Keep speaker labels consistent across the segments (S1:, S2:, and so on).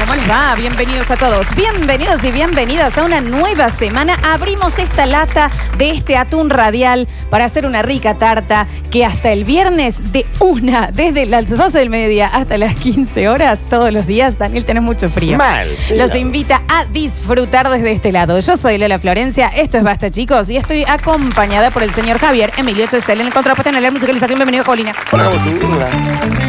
S1: ¿Cómo les va? Bienvenidos a todos. Bienvenidos y bienvenidas a una nueva semana. Abrimos esta lata de este atún radial para hacer una rica tarta que hasta el viernes de una, desde las 12 del mediodía hasta las 15 horas, todos los días, Daniel, tenés mucho frío.
S2: Mal.
S1: Los invita a disfrutar desde este lado. Yo soy Lola Florencia, esto es Basta, chicos, y estoy acompañada por el señor Javier Emilio Chesel en el contrapuesto en la musicalización. Bienvenido, Colina.
S2: Hola, Cabo Sur.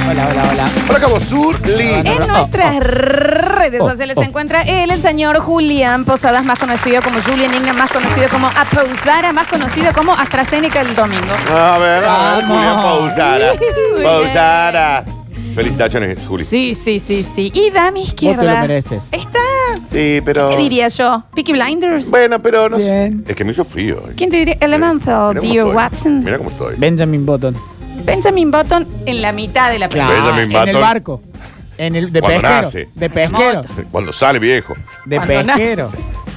S2: Hola, hola, hola. Hola, Cabo Sur. Li.
S1: En
S3: Oh.
S1: nuestras redes sociales se encuentra él, el señor Julián Posadas, más conocido como Julian Ingram, más conocido como Apousara, más conocido como AstraZeneca el domingo.
S2: A ver, a
S1: Vamos.
S2: ver, Julián Pausara.
S1: Muy
S2: Pausara. Felicitaciones, Juli. Sí,
S1: Sí, sí, sí, sí. Y Dami Izquierda.
S3: Vos te lo mereces.
S1: Está,
S2: pero.
S1: ¿qué diría yo? Peaky Blinders.
S2: Bueno, pero no sé.
S3: Bien.
S2: Es que me hizo frío. hoy.
S1: ¿Quién te diría? Elemental,
S2: Mirá cómo
S1: Dear
S2: estoy.
S1: Watson.
S2: Mira cómo estoy.
S3: Benjamin Button.
S1: Benjamin Button en la mitad de la película.
S2: Benjamin
S3: En el
S2: Button.
S3: barco. En el, de
S2: Cuando
S3: pesquero.
S2: nace.
S3: De pesquero.
S2: Cuando sale viejo.
S3: De
S1: Cuando nace.
S3: pesquero.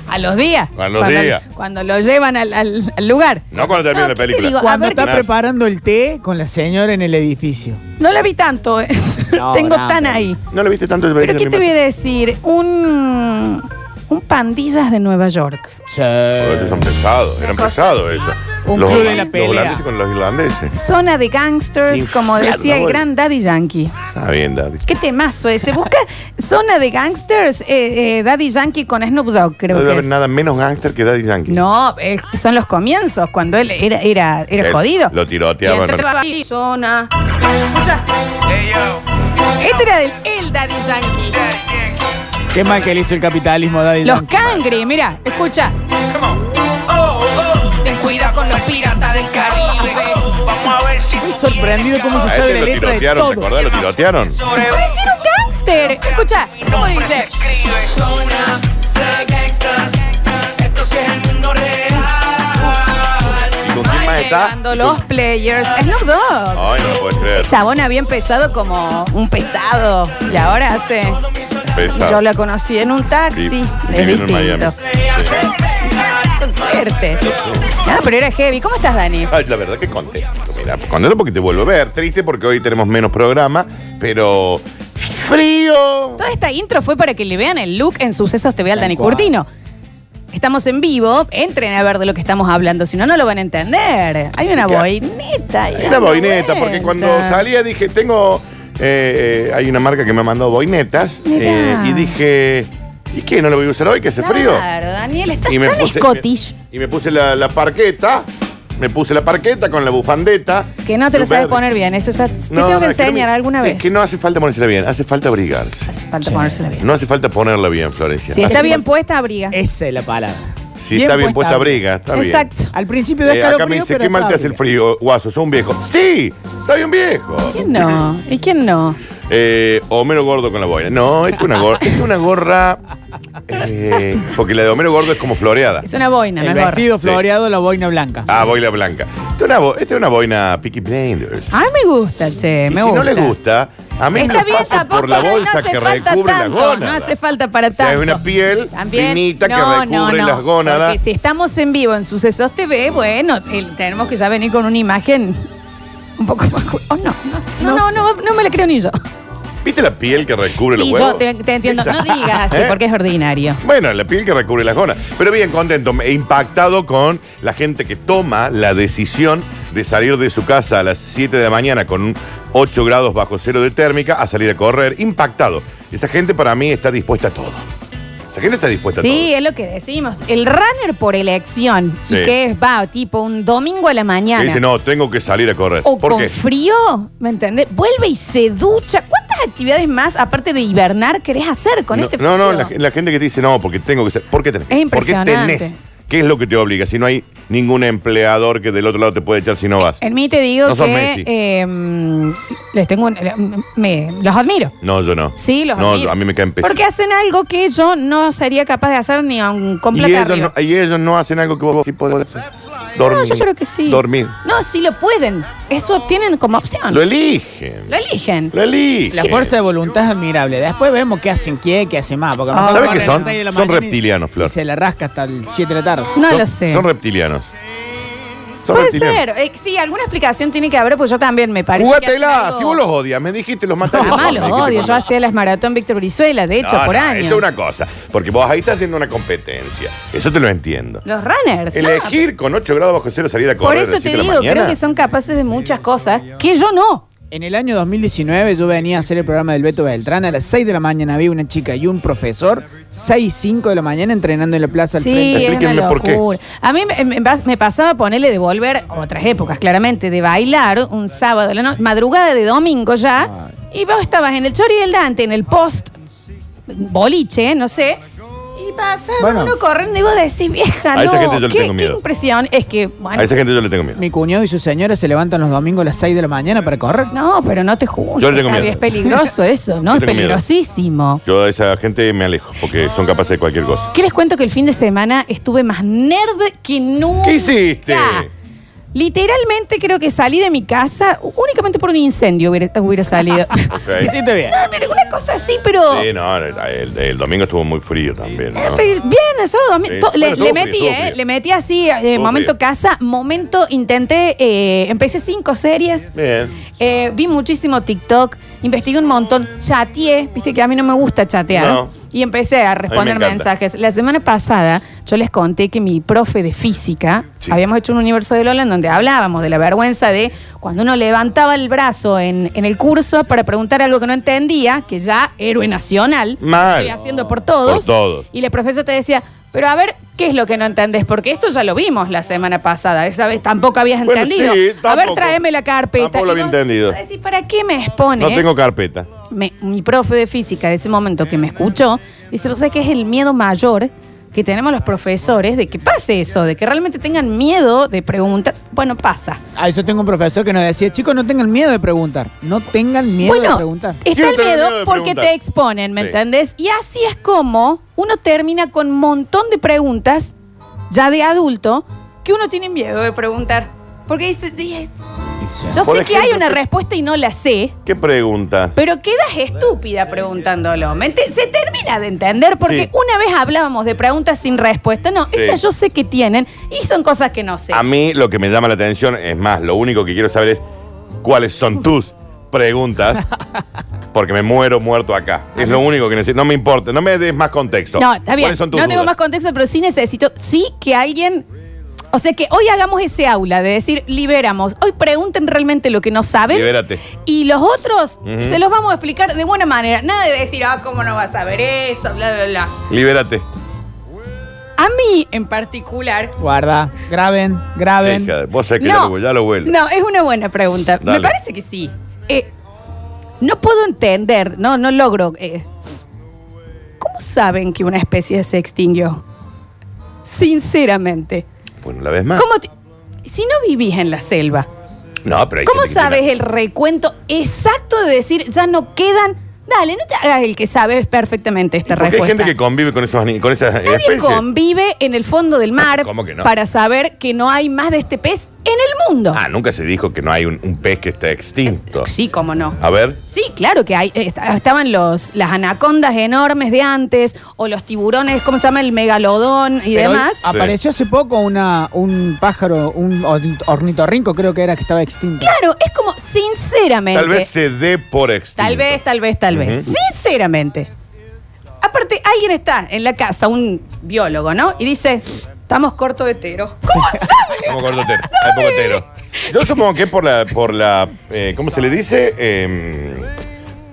S1: A los días.
S2: A los
S1: Cuando-
S2: días.
S1: Cuando lo llevan al, al- al lugar.
S2: No cuando termina
S1: No,
S2: la
S1: ¿qué te
S2: película.
S1: digo? A
S3: Cuando
S1: ver,
S3: está
S2: qué-
S3: preparando el té con la señora en el edificio.
S1: No la vi tanto. eh.
S3: No,
S1: Tengo
S3: no,
S1: tan
S3: no.
S1: ahí.
S2: No le viste tanto el
S1: Pero ¿qué
S2: Benjamin
S1: te voy a
S2: Button.
S1: decir? Un, un pandillas de Nueva York.
S3: Sí.
S2: Oh, Esos son pesados. Eran
S1: Una cosa
S2: pesados
S1: así.
S2: eso.
S3: Un
S2: los
S3: club de la
S2: los
S3: pelea.
S2: holandeses con los irlandeses.
S1: Zona de gangsters,
S2: Sí,
S1: como
S2: claro,
S1: decía
S2: no,
S1: el
S2: bueno.
S1: gran Daddy Yankee.
S2: Está bien, Daddy.
S1: Qué temazo ese. Busca zona de gangsters, eh, eh, Daddy Yankee con Snoop Dogg, creo
S2: No debe
S1: que
S2: haber
S1: es.
S2: nada menos gangster que Daddy Yankee.
S1: No, eh, son los comienzos, cuando él era, era, era
S2: Él
S1: jodido.
S2: lo tiroteaban.
S1: Y entraba ahí, zona. Escucha. Este era del, el Daddy Yankee.
S3: Qué mal que le hizo el capitalismo a Daddy
S1: Los
S3: Yankee.
S1: cangri, mira, escucha. Ten cuidado con los piratas del Caribe.
S4: Vamos a ver si
S3: Estoy sorprendido cómo se
S2: A
S3: sabe
S2: ese
S3: la
S2: lo
S3: letra de
S2: tirotearon, ¿te
S3: todo.
S2: acordás? Lo tirotearon.
S1: Pero hicieron gangster. Escucha, ¿cómo dice?
S5: Zona de gangsters, esto sí es el mundo real.
S2: ¿Y con quién más está?
S1: Llegando los players. Snoop Dogg.
S2: Ay, no lo puedes creer.
S1: Chabón había empezado como un pesado y ahora hace.
S2: Pesado.
S1: Yo la conocí en un taxi.
S2: Sí,
S1: es
S2: viviendo en
S1: distinto. Con suerte. No, pero era heavy. ¿Cómo estás, Dani?
S2: Ay, la verdad que contento. Mira, contento porque te vuelvo a ver. Triste porque hoy tenemos menos programa, pero frío.
S1: Toda esta intro fue para que le vean el look en Sucesos TV al
S3: Tal
S1: Dani
S3: cual.
S1: Curtino. Estamos en vivo, entren a ver de lo que estamos hablando, si no, no lo van a entender. Hay una
S2: ¿Qué?
S1: boineta. ahí
S2: Hay una
S1: dando
S2: boineta,
S1: vueltas.
S2: porque cuando salía dije, tengo. eh, eh, hay una marca que me ha mandado boinetas.
S1: Mirá.
S2: eh, y dije, ¿y qué? ¿No lo voy a usar hoy? Que hace frío.
S1: Claro, Daniel, estás
S2: Y
S1: tan Scottish
S2: y me puse la, la parqueta. Me puse la parqueta con la bufandeta.
S1: que no te lo
S2: Yo
S1: sabes
S2: verde.
S1: poner bien. Eso ya te tengo que
S2: No, no, es no
S1: enseñar
S2: me-
S1: alguna
S2: es
S1: vez.
S2: que no hace falta ponérsela bien, hace falta abrigarse.
S1: Hace falta ponérsela bien.
S2: No hace falta ponerla bien, Florencia.
S1: si
S2: Hace
S1: está bien
S2: falta-
S1: puesta, abriga.
S3: Esa es la palabra.
S2: si está bien puesta, abriga. Está bien.
S1: Exacto.
S3: Al principio da
S2: Eh, acá me
S3: escalofrío,
S2: dice,
S3: pero
S2: ¿qué mal
S3: está
S2: te hace el
S3: bien.
S2: frío, guaso? ¿Sos un viejo? Sí, soy un viejo.
S1: ¿Quién no? ¿Y quién no?
S2: Eh, Homero Gordo con la boina. No, esta es una gorra. Esta es una gorra. eh, porque la de Homero Gordo es como floreada.
S1: Es una boina, no
S3: El
S1: es gorra.
S3: vestido floreado, la boina blanca.
S2: Ah, boina blanca. Esta es una, bo- esta es una boina Peaky Blinders.
S1: Ay, me gusta, che,
S2: Y
S1: Ah, me
S2: si
S1: gusta.
S2: no les gusta, a mí
S1: Está
S2: me
S1: bien,
S2: paso
S1: tampoco
S2: por la
S1: no
S2: bolsa
S1: hace
S2: que
S1: falta
S2: recubre las
S1: tanto,
S2: gónadas.
S1: no hace falta para
S2: O sea,
S1: tanto.
S2: es una piel
S1: También,
S2: finita que
S1: no,
S2: recubre
S1: no, no,
S2: las gónadas.
S1: Porque si estamos en vivo en Sucesos TV, bueno, el- tenemos que ya venir con una imagen un poco más. cu- Oh, no, no, no, no, no, no me la creo ni yo.
S2: ¿Viste la piel que recubre
S1: Sí,
S2: los huevos?
S1: yo te, te entiendo.
S2: Esa.
S1: No digas así,
S2: ¿Eh?
S1: porque es ordinario.
S2: Bueno, la piel que recubre las gonas. Pero bien contento, e impactado con la gente que toma la decisión de salir de su casa a las 7 de la mañana con 8 grados bajo cero de térmica a salir a correr. Impactado. Esa gente para mí está dispuesta a todo. Esa gente está dispuesta a todo.
S1: Sí, es lo que decimos. El runner por elección.
S2: Sí.
S1: Y que es, va, tipo un domingo a la
S2: Que
S1: mañana.
S2: dice, no, tengo que salir a correr.
S1: O
S2: ¿Por
S1: con
S2: qué?
S1: frío, ¿me entendés? Vuelve y se ducha. ¿Cuántas actividades más, aparte de hibernar, querés hacer con
S2: no,
S1: este frío?
S2: no, no, la, ge- la gente que te dice, no, porque tengo que salir. ¿Por qué tenés?
S1: Es impresionante.
S2: ¿Por qué tenés? ¿Qué es lo que te obliga? Si no hay ningún empleador que del otro lado te puede echar si no vas.
S1: En mí te digo
S2: No sos Messi.
S1: que eh, les tengo un- me- los admiro.
S2: No, yo no.
S1: Sí, los
S2: No,
S1: admiro.
S2: yo- a mí me caen pesados.
S1: Porque hacen algo que yo no sería capaz de hacer ni aun con plata
S2: Y ellos,
S1: arriba.
S2: no, y ellos no hacen algo que vos sí podés hacer. Dormir.
S1: No, yo creo que sí.
S2: Dormir.
S1: No, sí lo pueden. Eso tienen como opción.
S2: Lo
S1: Lo,
S2: eligen.
S1: eligen.
S2: Lo eligen.
S3: La fuerza de voluntad es admirable. Después vemos qué hacen qué, qué hacen más. Porque a lo
S1: Ah.
S3: mejor
S1: ¿Sabes
S3: corren
S1: qué
S3: a las
S2: son?
S3: seis de la
S2: Son
S3: mañana y-
S2: reptilianos, Flor.
S3: y se la rasca hasta el 7 de la tarde.
S1: no
S2: Son-
S1: lo sé.
S2: Son reptilianos. Son
S1: Puede
S2: reptilianos.
S1: ser. Eh, sí, alguna explicación tiene que haber, porque yo también me parece. que hacen
S2: Jugátela,
S1: algo-
S2: si vos los odias, me dijiste los mataste.
S1: Jamás los odio. Yo hacía las maratón Víctor Brizuela, de hecho,
S2: No,
S1: por
S2: no,
S1: años.
S2: Eso es una cosa, porque vos ahí estás haciendo una competencia. Eso te lo entiendo.
S1: Los runners. no,
S2: Elegir con 8 grados bajo cero salir a correr.
S1: por
S2: a
S1: eso
S2: las
S1: te
S2: siete de la
S1: digo, creo
S2: mañana.
S1: que son capaces de muchas cosas que yo no.
S3: En el año 2019 yo venía a hacer el programa del Beto Beltrán. A las 6 de la mañana había una chica y un profesor. 6, 5 de la mañana entrenando en la plaza al
S1: Sí,
S3: frente.
S1: es una
S2: Explíquenme por qué.
S1: locura. A mí me, me pas- me pasaba ponerle de volver otras épocas, claramente, de bailar un sábado, a la no- madrugada de domingo ya, y vos estabas en el Chori del Dante, en el post, boliche, no sé, y pasaba
S3: Bueno.
S1: uno corriendo y vos decís, vieja,
S2: A esa
S1: no,
S2: gente yo le
S1: qué,
S2: tengo
S1: qué
S2: miedo.
S1: impresión. Es que, bueno,
S2: A esa gente yo le tengo miedo.
S3: Mi cuñado y su señora se levantan los domingos a las 6 de la mañana para correr.
S1: no, pero no te juro.
S2: Yo le tengo
S1: Javi,
S2: miedo.
S1: Es peligroso eso, ¿no?
S2: Yo
S1: Es
S2: tengo miedo.
S1: peligrosísimo.
S2: Yo a esa gente me alejo, porque son capaces de cualquier cosa.
S1: ¿Qué les cuento que el fin de semana estuve más nerd que nunca?
S2: ¿Qué hiciste?
S1: Literalmente creo que salí de mi casa u- únicamente por un incendio hubiera, hubiera salido.
S2: Ok.
S3: Hiciste bien.
S1: Ah, pero una cosa así, pero...
S2: Sí, no, el, el domingo estuvo muy frío también. ¿no?
S1: Bien, el sábado domingo.
S2: Sí.
S1: To- le,
S2: Bueno, todo
S1: le
S2: frío,
S1: metí,
S2: todo
S1: ¿eh?
S2: frío.
S1: Le metí así, eh,
S2: Todo
S1: momento
S2: frío.
S1: casa, momento intenté, eh, empecé cinco series,
S2: Bien.
S1: eh, vi muchísimo TikTok, investigué un montón, chateé, viste que a mí no me gusta chatear.
S2: No.
S1: Y empecé a responder
S2: encanta.
S1: mensajes. La semana pasada yo les conté que mi profe de física,
S2: Sí.
S1: habíamos hecho un universo de Lola en donde hablábamos de la vergüenza de cuando uno levantaba el brazo en, en el curso para preguntar algo que no entendía, que ya héroe nacional,
S2: Mal.
S1: estoy haciendo por todos.
S2: Por todos.
S1: Y el profesor te decía, pero a ver, ¿qué es lo que no entendés? Porque esto ya lo vimos la semana pasada, esa vez tampoco habías
S2: Bueno,
S1: entendido.
S2: sí,
S1: a ver,
S2: tampoco.
S1: tráeme la carpeta.
S2: Tampoco lo
S1: Y
S2: había
S1: vos
S2: entendido.
S1: decís, ¿para qué me expone?
S2: No tengo carpeta.
S1: me- mi profe de física de ese momento que me escuchó, dice, ¿vos sabés que es el miedo mayor que tenemos los profesores de que pase eso, de que realmente tengan miedo de preguntar? Bueno, pasa.
S3: Ah, yo tengo un profesor que nos decía, chicos, no tengan miedo de preguntar. No tengan miedo de
S1: bueno,
S3: preguntar.
S1: está
S2: Quiero
S1: el
S2: tener
S1: miedo
S2: miedo de
S1: porque
S2: preguntar.
S1: te exponen, ¿me
S2: Sí.
S1: entendés? Y así es como uno termina con un montón de preguntas, ya de adulto, que uno tiene miedo de preguntar. Porque dice, "Dije, yo sé
S2: Por
S1: que hay
S2: ejemplo,
S1: una
S2: ¿qué-
S1: respuesta y no la sé,
S2: ¿Qué preguntas?
S1: Pero quedas estúpida preguntándolo. ¿me ente- Se termina de entender porque
S2: Sí.
S1: una vez hablábamos de preguntas sin respuesta. No, estas yo sé que tienen y son cosas que no sé.
S2: A mí lo que me llama la atención, es más, lo único que quiero saber es cuáles son tus preguntas, porque me muero muerto acá. Es lo único que necesito. No me importa, no me des más contexto.
S1: No, está bien.
S2: ¿Cuáles
S1: No
S2: son tus
S1: tengo
S2: dudas?
S1: más contexto, pero sí necesito, sí que alguien. O sea que hoy hagamos ese aula de decir liberamos. Hoy pregunten realmente lo que no saben.
S2: Libérate.
S1: Y los otros
S2: Ujú.
S1: se los vamos a explicar de buena manera. Nada de decir, ah, ¿cómo no vas a ver eso? Bla, bla, bla.
S2: Libérate.
S1: A mí en particular.
S3: Guarda, graben, graben.
S2: Hija de- Vos sabés que ya lo vuel- ya lo vuelvo.
S1: No, es una buena pregunta.
S2: Dale.
S1: Me parece que sí. Eh, no puedo entender, no, no logro. eh, ¿Cómo saben que una especie se extinguió? Sinceramente.
S2: Bueno, la vez más.
S1: ¿Cómo te- si no vivís en la selva,
S2: No, pero hay
S1: ¿cómo
S2: gente que
S1: sabes
S2: tiene-
S1: el recuento exacto de decir ya no quedan? Dale, no te hagas el que sabes perfectamente esta
S2: Porque hay
S1: respuesta.
S2: gente que convive con, esos, ani- con esas
S1: Nadie
S2: especies.
S1: convive en el fondo del mar
S2: ¿Cómo que no?
S1: para saber que no hay más de este pez en el mundo.
S2: Ah, nunca se dijo que no hay un, un pez que está extinto.
S1: sí, cómo no.
S2: A ver.
S1: Sí, claro que hay. Est- Estaban los, las anacondas enormes de antes, o los tiburones, ¿cómo se llama? El megalodón y
S3: Pero hoy
S1: demás.
S3: Apareció hace poco una, un pájaro, un orn- ornitorrinco creo que era que estaba extinto.
S1: Claro, es como, sinceramente.
S2: Tal vez se dé por extinto.
S1: tal vez, tal vez, tal vez.
S2: Ujú.
S1: Sinceramente. Aparte, alguien está en la casa, un biólogo, ¿no? Y dice, estamos corto de tero. ¿Cómo sabe?
S2: Como cordotero. Hay poco tero. Yo supongo que por la. Por la eh, ¿Cómo se le dice? Eh,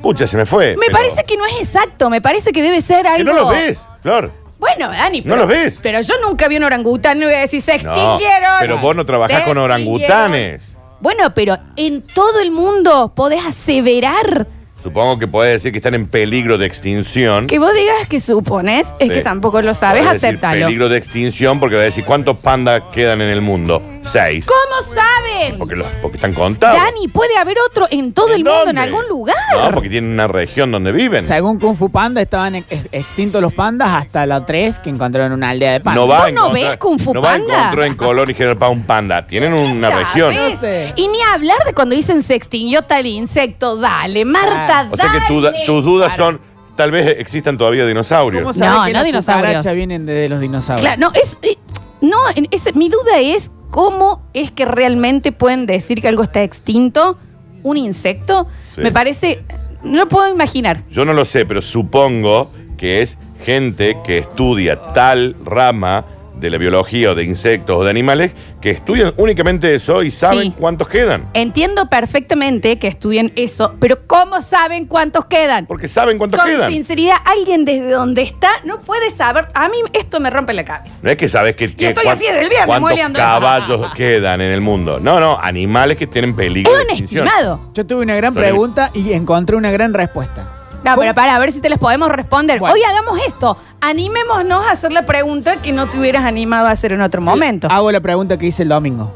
S2: pucha, se me fue.
S1: Me parece que no es exacto, me parece que debe ser algo...
S2: Que no los ves, Flor.
S1: Bueno, Dani,
S2: No los ves.
S1: Pero yo nunca vi un orangután y voy a decir, se
S2: No,
S1: extinguieron.
S2: pero vos no trabajás
S1: Se
S2: con orangutanes.
S1: extinguieron. Bueno, pero en todo el mundo podés aseverar
S2: ¿Mm? Supongo que podés decir que están en peligro de extinción.
S1: que vos digas que supones, es
S2: Sí.
S1: que tampoco lo sabes,
S2: Podés decir
S1: acéptalo.
S2: Peligro de extinción porque va a decir cuántos pandas quedan en el mundo. Seis.
S1: ¿Cómo saben?
S2: Porque, los, porque están contados.
S1: Dani, puede haber otro en todo
S2: ¿En
S1: el mundo, en
S2: dónde?
S1: algún lugar.
S2: No, pues, porque tienen una región donde viven.
S3: Según Kung Fu Panda, estaban ex- ex- extintos los pandas hasta la 3 que encontraron una aldea de pandas.
S2: No va
S1: ¿Vos
S2: a
S1: no
S2: encontrar-
S1: ves Kung Fu
S2: no va a
S1: Panda?
S2: encontrar en Colón y General Paz un panda. Tienen una
S1: ¿Sabes?
S2: región.
S3: No sé.
S1: Y ni hablar de cuando dicen se extinguió tal insecto. Dale,
S3: Ah.
S1: Marta, dale.
S2: O sea que tu- tus dudas
S1: Para.
S2: son, tal vez existan todavía
S3: ¿Cómo
S2: dinosaurios.
S3: sabes
S1: No,
S3: que
S1: no
S3: las
S1: dinosaurios.
S3: cucarachas vienen de, de los dinosaurios?
S1: Claro, no, es. eh, No, en- es- mi duda es cómo es que realmente pueden decir que algo está extinto, un insecto,
S2: Sí.
S1: me parece, no lo puedo imaginar.
S2: Yo no lo sé, pero supongo que es gente que estudia tal rama de la biología o de insectos o de animales que estudian únicamente eso y saben
S1: Sí.
S2: cuántos quedan.
S1: Entiendo perfectamente que estudien eso, pero ¿cómo saben cuántos quedan?
S2: Porque saben cuántos
S1: Con
S2: quedan.
S1: sinceridad, alguien desde donde está no puede saber. A mí esto me rompe la cabeza.
S2: No es que sabes que, que
S1: estoy
S2: cuán-
S1: así desde el viernes,
S2: cuántos
S1: mueleando.
S2: caballos quedan en el mundo. No, no, animales que tienen peligro.
S1: Es
S2: de
S1: un
S2: extinción.
S1: estimado.
S3: Yo tuve una gran
S2: Sorry.
S3: pregunta y encontré una gran respuesta.
S1: No,
S3: ¿Cómo?
S1: pero para ver si te las podemos responder.
S3: Bueno.
S1: Hoy hagamos esto. Animémonos a hacer la pregunta que no te hubieras animado a hacer en otro momento.
S2: Ah,
S3: Hago la pregunta que hice el domingo.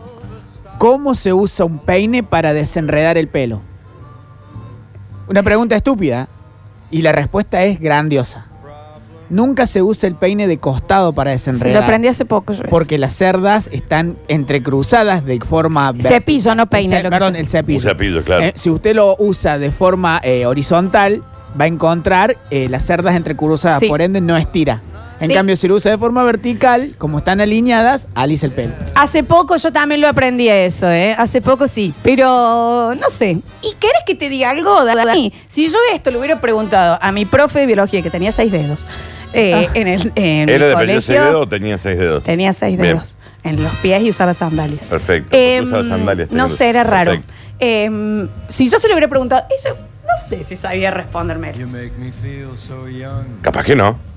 S3: ¿Cómo se usa un peine para desenredar el pelo? Una pregunta estúpida y la respuesta es grandiosa. Nunca se usa el peine de costado para
S1: Sí,
S3: desenredar.
S1: lo aprendí hace poco. yo eso.
S3: Porque las cerdas están entrecruzadas de forma... ver-
S1: Cepillo, no peine,
S3: El ce-
S1: lo que
S3: perdón,
S1: pasa.
S3: el cepillo.
S2: Un cepillo, claro.
S3: Eh, si usted lo usa de forma eh, horizontal, va a encontrar eh, las cerdas entrecruzadas,
S1: Sí.
S3: por ende no estira. En
S1: Sí.
S3: cambio, si lo usa de forma vertical, como están alineadas, alisa el pelo.
S1: Hace poco yo también lo aprendí a eso, ¿eh? Hace poco sí. Pero no sé. ¿Y querés que te diga algo, Dani? Si yo esto lo hubiera preguntado a mi profe de biología, que tenía seis dedos, eh, en el en mi
S2: Ah. ¿Era de
S1: colegio,
S2: pelo seis dedos o tenía seis dedos?
S1: tenía seis
S2: Bien.
S1: dedos en los pies y usaba sandalias.
S2: Perfecto. porque
S1: Em,
S2: usaba sandalias,
S1: no
S2: tenía-
S1: sé, era raro.
S2: Perfecto.
S1: Em, si yo se lo hubiera preguntado, ella no sé si sabía responderme.
S4: You make me feel so young.
S2: Capaz que no.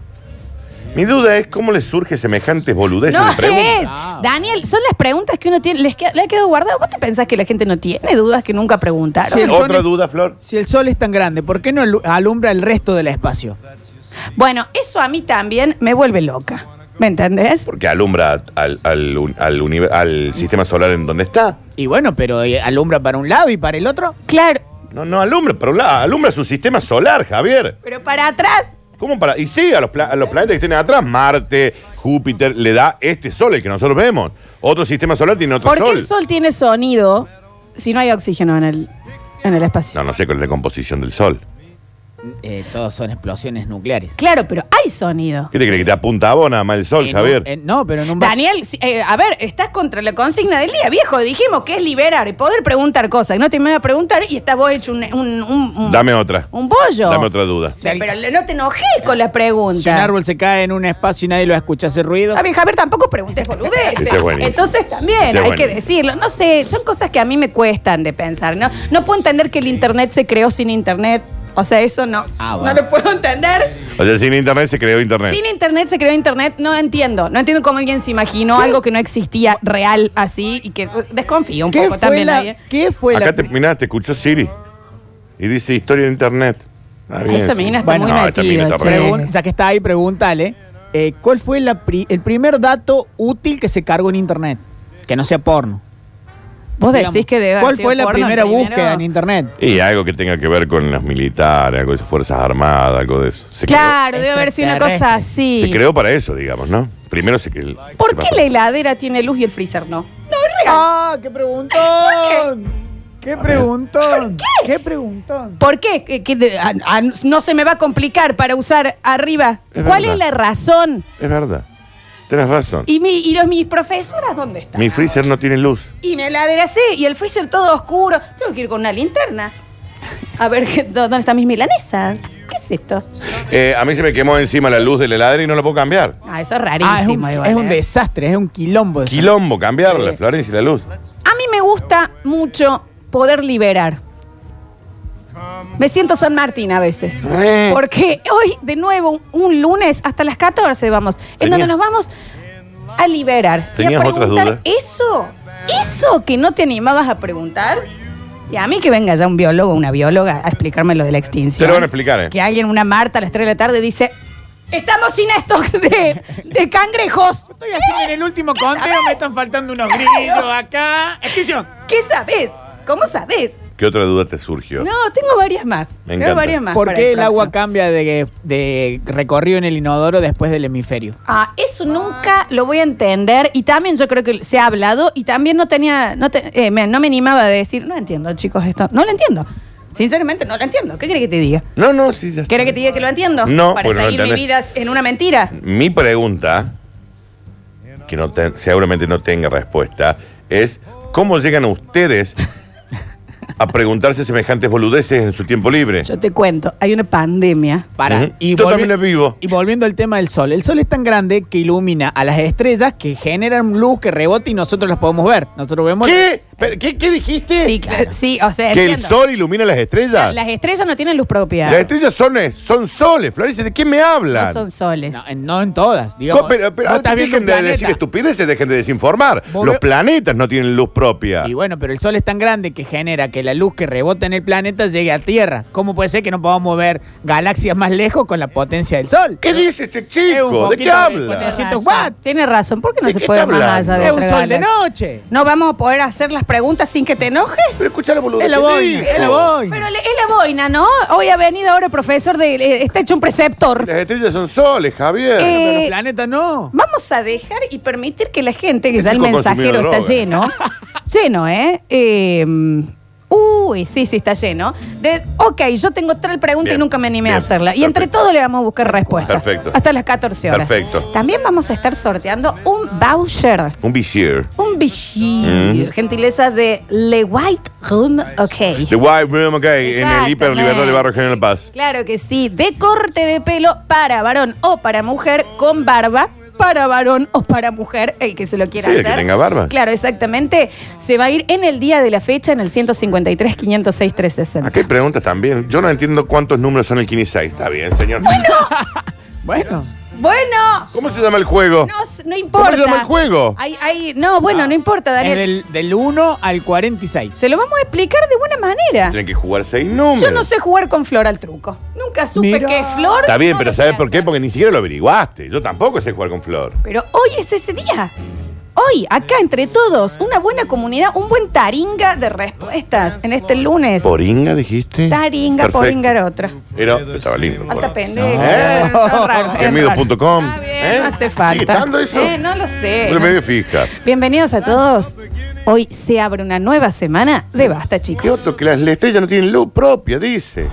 S2: Mi duda es cómo les surge semejantes boludeces
S1: No
S2: de preguntas.
S1: es. Daniel, son las preguntas que uno tiene. Les queda- le ha quedado guardado. ¿Vos te pensás que la gente no tiene dudas que nunca preguntaron?
S3: Sí, el sol
S2: Otra
S3: es-
S2: duda, Flor.
S3: Si el sol es tan grande, ¿por qué no alu- alumbra el resto del espacio?
S1: Bueno, eso a mí también me vuelve loca. ¿Me entendés?
S2: Porque alumbra al, al, un- al, univer- al sistema solar en donde está.
S3: Y bueno, pero eh, alumbra para un lado y para el otro.
S1: Claro,
S2: No, no alumbra, pero la- alumbra su sistema solar, Javier.
S1: pero para atrás.
S2: ¿Cómo para? Y sí, a los, pla- a los planetas que tienen atrás, Marte, Júpiter, le da este sol, el que nosotros vemos. Otro sistema solar tiene otro
S1: ¿Por qué
S2: sol.
S1: el sol tiene sonido si no hay oxígeno en el, en el espacio?
S2: No, no sé con la composición del sol.
S3: Eh, todos son explosiones nucleares.
S1: Claro, pero hay sonido.
S2: ¿Qué te crees que te apunta a vos nada más el sol,
S3: En un-
S2: Javier?
S3: en- no, pero en un...
S1: Daniel, si- eh, a ver, estás contra la consigna del día, viejo. Dijimos que es liberar y poder preguntar cosas. No te me voy a preguntar y estás vos hecho un, un, un- un-
S2: Dame otra.
S1: un bollo.
S2: Dame otra duda.
S1: Pero, pero no te enojes con la pregunta.
S3: Si un árbol se cae en un espacio y nadie lo escucha hacer ruido.
S1: Está bien, Javier, tampoco preguntes boludeces.
S2: Ese es buenísimo.
S1: Entonces también
S2: Ese es
S1: hay que
S2: buenísimo.
S1: decirlo. No sé, son cosas que a mí me cuestan de pensar, ¿no? No puedo entender que el internet se creó sin internet. O sea, eso no,
S3: Ah, bueno.
S1: no lo puedo entender.
S2: O sea, sin internet se creó internet.
S1: Sin internet se creó internet, no entiendo. No entiendo cómo alguien se imaginó algo que no existía real así y que uh, desconfío un
S3: ¿Qué
S1: poco
S3: fue,
S1: también
S3: la,
S1: ahí, ¿eh?
S3: ¿Qué fue
S2: Acá
S3: la
S2: te,
S3: pri-
S2: mirá, te escuchó Siri. Y dice historia de internet. Ah, bien,
S1: Esa
S2: sí.
S1: mina está
S3: Bueno,
S1: muy
S2: no, esta mina
S1: metida,
S2: está
S1: che.
S2: para
S3: Pregun- ya que está ahí, pregúntale. eh, ¿Cuál fue la pri- el primer dato útil que se cargó en internet? Que no sea porno.
S1: Vos
S3: Digamos,
S1: decís que debe haber
S3: ¿Cuál
S1: sido
S3: fue la
S1: porno el
S3: primera
S1: primero?
S3: búsqueda en internet?
S2: Y algo que tenga que ver con los militares, algo de esas fuerzas armadas, algo de eso. Se
S1: Claro, debe haber sido una cosa
S3: Extraterrestre.
S1: así.
S2: creó, se creó para eso, digamos, ¿no? Primero se que
S1: ¿Por qué la heladera tiene luz y el freezer no? No, es real.
S3: ¡Ah! ¡Qué preguntón! ¡Qué preguntón! ¿Qué? preguntón!
S1: ¿Por qué? Que- que de- a- a- no se me va a complicar para usar arriba.
S2: Es
S1: ¿Cuál
S2: verdad.
S1: es la razón?
S2: Es verdad. Tenés razón.
S1: ¿Y, mi- y los, mis profesoras dónde están?
S2: Mi freezer no tiene luz.
S1: Y mi heladera sí, y el freezer todo oscuro. Tengo que ir con una linterna. A ver, ¿qué- dó- ¿dónde están mis milanesas? ¿Qué es esto?
S2: Eh, a mí se me quemó encima la luz de la heladera y no la puedo cambiar.
S1: Ah, eso es rarísimo.
S3: Ah, es un,
S1: igual,
S3: es un
S1: ¿eh?
S3: desastre, es un quilombo. de-
S2: Quilombo, cambiarla, Florencia, la luz.
S1: A mí me gusta mucho poder liberar. Me siento San Martín a veces.
S2: Re.
S1: Porque hoy, de nuevo, un lunes hasta las 14 vamos. En
S2: Tenía-
S1: donde nos vamos a liberar. y a
S2: ¿Tenías otras dudas?
S1: eso, eso que no te animabas a preguntar. Y a mí que venga ya un biólogo, una bióloga, a explicarme lo de la extinción.
S2: Te lo van a explicar, ¿eh?
S1: Que alguien, una Marta, a las 3 de la tarde dice, estamos sin estos de, de cangrejos.
S3: Estoy haciendo en el último conteo, me están faltando unos grillos acá. Extinción.
S1: ¿Qué sabes? ¿Cómo sabes?
S2: ¿Qué otra duda te surgió?
S1: No, tengo varias más.
S2: Me
S1: tengo
S2: encanta.
S1: varias más.
S3: ¿Por
S1: para
S3: qué el agua
S1: próximo.
S3: cambia de, de recorrido en el inodoro después del hemisferio?
S1: Ah, eso nunca lo voy a entender y también yo creo que se ha hablado y también no tenía, no, te- eh, me- no me animaba a decir, no entiendo chicos esto, no lo entiendo. Sinceramente no lo entiendo. ¿Qué crees que te diga?
S2: No, no, sí, ya está.
S1: ¿Quieres que te diga que lo entiendo?
S2: No,
S1: Para
S2: porque no lo
S1: seguir mi vida
S2: entendés.
S1: en una mentira.
S2: Mi pregunta, que no te- seguramente no tenga respuesta, es cómo llegan ustedes a preguntarse semejantes boludeces en su tiempo libre.
S1: Yo te cuento, hay una pandemia.
S3: Para.
S2: Ujú.
S3: y
S2: Yo
S3: volvi-
S2: también la vivo.
S3: Y volviendo al tema del sol. El sol es tan grande que ilumina a las estrellas que generan luz que rebota y nosotros las podemos ver. Nosotros vemos.
S2: ¿Qué? ¿Pero ¿Qué, qué dijiste?
S1: Sí, cl- sí, o sea,
S2: ¿Que el
S1: entiendo.
S2: sol ilumina las estrellas?
S1: Las estrellas no tienen luz propia.
S2: Las estrellas son, eh, son soles, Florencia, ¿de qué me hablan?
S1: No son soles.
S3: No, en, no en todas. Digamos,
S2: Co- Pero, pero
S3: Vos estás viendo
S2: dejen
S3: un
S2: de
S3: planeta.
S2: decir estupideces, dejen de desinformar.
S3: Vos
S2: Los
S3: ve-
S2: planetas no tienen luz propia.
S3: Y bueno, pero el sol es tan grande que genera que la luz que rebota en el planeta llegue a Tierra. ¿Cómo puede ser que no podamos ver galaxias más lejos con la potencia del sol?
S2: ¿Qué dice este
S3: Es un
S2: chico? ¿De
S3: poquito
S2: qué
S3: de
S2: habla?
S1: Tiene
S3: 400
S1: razón.
S3: watt.
S1: Tiene razón. ¿Por qué no
S2: ¿De
S1: se
S2: qué
S1: puede
S2: está
S1: más
S2: hablando?
S1: allá de
S3: Es un
S1: otra
S3: sol de
S1: galaxia?
S3: noche.
S1: ¿No vamos a poder hacer las preguntas sin que te enojes?
S2: Pero escucha la boludez.
S3: Es la
S2: que
S3: boina,
S2: dijo.
S3: es la boina.
S1: Pero le- es la boina, ¿no? Hoy ha venido ahora profesor de... eh, está hecho un preceptor.
S2: Las estrellas son soles, Javier.
S1: Eh,
S3: Pero los planetas no.
S1: Vamos a dejar y permitir que la gente, que
S2: El
S1: ya el
S2: chico
S1: mensajero
S2: Este consumió
S1: está
S2: droga.
S1: lleno, lleno, ¿eh? Eh, Uy, sí, sí, está lleno. De, ok, yo tengo tres preguntas
S2: Bien,
S1: y nunca me animé a
S2: bien,
S1: hacerla. Y entre
S2: perfecto.
S1: todos le vamos a buscar respuestas.
S2: Perfecto.
S1: Hasta las 14 horas.
S2: Perfecto.
S1: También vamos a estar sorteando un voucher.
S2: Un Bichir.
S1: Un bichir.
S2: Mm.
S1: Gentileza de Le White Room OK.
S2: The White Room, ok, en el
S1: Exactamente.
S2: Hiper Libertad
S3: eh,
S2: de Barrio General Paz.
S1: Claro que sí, de corte de pelo para varón o para mujer con barba. Para varón o para mujer, el que se lo quiera
S2: Sí, el
S1: hacer.
S2: que tenga barba.
S1: Claro, exactamente. Se va a ir en el día de la fecha en el 153 506 360.
S2: Acá hay preguntas también. Yo no entiendo cuántos números son el 15 y 6. Está bien, señor.
S3: Bueno.
S1: Bueno,
S2: ¿Cómo se llama el juego?
S1: no, s- no importa.
S2: ¿Cómo se llama el juego?
S1: Hay- hay- no, bueno,
S3: Ah,
S1: no importa,
S3: Es
S1: Daniel.
S3: del, del 1 al 46.
S1: Se lo vamos a explicar de buena manera.
S2: Tienen que jugar seis números.
S1: Yo no sé jugar con flor al truco. Nunca supe
S3: Mirá.
S1: que flor.
S2: Está bien,
S1: no
S2: pero
S1: lo sé
S2: ¿sabes por
S1: hacer.
S2: qué? Porque ni siquiera lo averiguaste. Yo tampoco sé jugar con Flor.
S1: Pero hoy es ese día. Hoy, acá entre todos, una buena comunidad, un buen taringa de respuestas en este lunes.
S2: ¿Poringa dijiste?
S1: Taringa,
S2: Perfecto.
S1: poringa era otra.
S2: Era, estaba lindo.
S1: Alta
S2: bueno.
S1: pendeja.
S2: ¿Eh?
S1: no, raro, es
S2: Gemidos.com.
S1: raro. Está Ah, bien,
S2: ¿Eh?
S1: no hace falta.
S2: ¿Sigue estando eso?
S1: Eh, no lo sé.
S2: Pero me voy a fijar.
S1: Bienvenidos a todos. Hoy se abre una nueva semana de Basta, chicos.
S2: ¿Qué otro? Que las estrellas no tienen luz propia, dice.